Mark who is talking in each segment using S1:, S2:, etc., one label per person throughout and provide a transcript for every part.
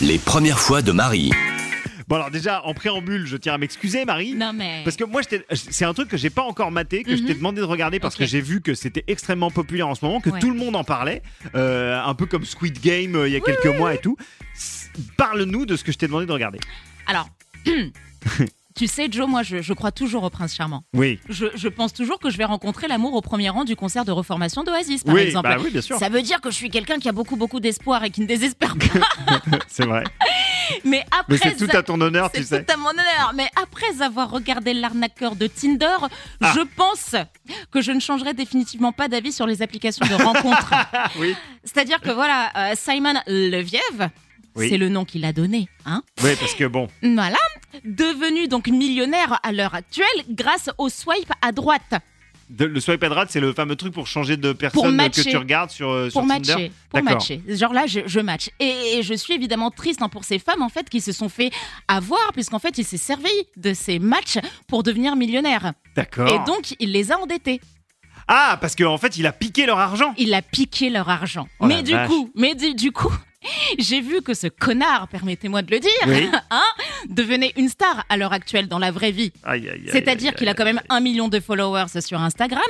S1: Les premières fois de Marie.
S2: Bon alors déjà en préambule, je tiens à m'excuser Marie.
S3: Non mais.
S2: Parce que moi, je t'ai- c'est un truc que j'ai pas encore maté, que je t'ai
S3: Mhm.
S2: demandé de regarder parce
S3: Ok.
S2: que j'ai vu que c'était extrêmement populaire en ce moment, que
S3: Ouais.
S2: tout le monde en parlait, euh, un peu comme Squid Game euh, il y a quelques mois et tout. S- Parle-nous de ce que je t'ai demandé de regarder.
S3: Alors, tu sais, Joe, moi, je, je crois toujours au prince charmant.
S2: Oui,
S3: Je, je pense toujours que je vais rencontrer l'amour au premier rang du concert de reformation d'Oasis, par
S2: oui,
S3: exemple.
S2: bah oui, bien sûr,
S3: Ça veut dire que je suis quelqu'un qui a beaucoup, beaucoup d'espoir et qui ne désespère pas.
S2: c'est vrai.
S3: Mais
S2: Mais
S3: après.
S2: c'est tout à ton honneur,
S3: C'est
S2: tu sais.
S3: tout à mon honneur. Mais après avoir regardé l'arnaqueur de Tinder,
S2: Ah.
S3: je pense que je ne changerai définitivement pas d'avis sur les applications de rencontres.
S2: Oui.
S3: C'est-à-dire que voilà, euh, Simon Leviev,
S2: Oui.
S3: c'est le nom qu'il a donné, hein
S2: Oui, parce que bon,
S3: Voilà, devenu donc millionnaire à l'heure actuelle grâce au swipe à droite
S2: de- le swipe à droite, c'est le fameux truc pour changer de personne euh,
S3: matcher.
S2: que tu regardes sur, euh, sur
S3: pour
S2: Tinder.
S3: matcher. Pour
S2: D'accord.
S3: matcher. Genre là, je, je match. Et, et je suis évidemment triste hein, pour ces femmes en fait qui se sont fait avoir puisqu'en fait il s'est servi de ces matchs pour devenir millionnaire.
S2: D'accord.
S3: Et donc il les a endettés.
S2: Ah, parce qu'en en fait, il a piqué leur argent.
S3: Il a piqué leur argent.
S2: Oh la
S3: mais du
S2: vache.
S3: coup, mais du, du coup. J'ai vu que ce connard, permettez-moi de le dire,
S2: Oui.
S3: hein, devenait une star à l'heure actuelle dans la vraie vie.
S2: Aïe, aïe, aïe,
S3: C'est-à-dire
S2: aïe,
S3: qu'il a
S2: aïe. Mhm.
S3: quand même un million de followers sur Instagram.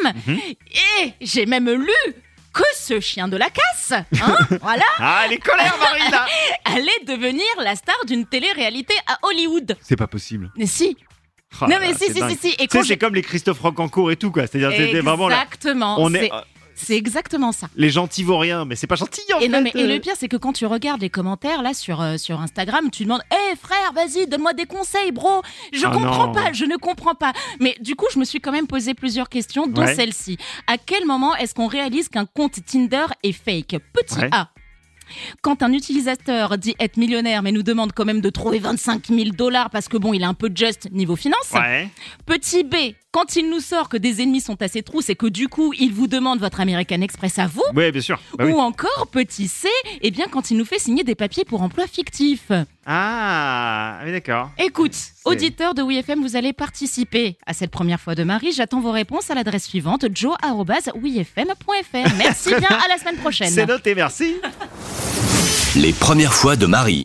S3: Et j'ai même lu que ce chien de la casse, hein, voilà,
S2: Ah, les colères, Marie, là
S3: allait devenir la star d'une télé-réalité à Hollywood.
S2: C'est pas possible.
S3: Mais si.
S2: Ah
S3: non
S2: là
S3: mais
S2: là,
S3: si,
S2: c'est
S3: si,
S2: dingue.
S3: si, si.
S2: Tu
S3: Et quand
S2: sais, c'est
S3: j'ai-
S2: comme les Christophe Rocancourt et tout, quoi. C'est-à-dire, c'était vraiment là.
S3: Exactement.
S2: On est,
S3: C'est-
S2: euh,
S3: C'est exactement ça.
S2: les gentils vauriens, mais c'est pas gentil, en
S3: Et,
S2: fait.
S3: non, mais, et
S2: euh.
S3: le pire, c'est que quand tu regardes les commentaires là sur, euh, sur Instagram, tu demandes Hé frère, vas-y, donne-moi des conseils, bro. Je
S2: Ah
S3: comprends
S2: non.
S3: pas, je ne comprends pas. Mais du coup, je me suis quand même posé plusieurs questions, dont
S2: Ouais.
S3: celle-ci. À quel moment est-ce qu'on réalise qu'un compte Tinder est fake Petit
S2: Ouais.
S3: A. Quand un utilisateur dit être millionnaire mais nous demande quand même de trouver 25 000 dollars parce que bon, il est un peu just niveau finance.
S2: Ouais.
S3: Petit B, quand il nous sort que des ennemis sont à ses trousses et que du coup, il vous demande votre American Express à vous.
S2: Ouais, bien sûr. Bah oui.
S3: Ou encore, petit C, eh bien, quand il nous fait signer des papiers pour emploi fictif.
S2: Ah, oui, d'accord.
S3: Écoute, auditeurs de WeFM, vous allez participer à cette première fois de Marie. J'attends vos réponses à l'adresse suivante joe.wefm.fr. Merci bien, à la semaine prochaine.
S2: C'est noté, merci.
S1: Les premières fois de Marie.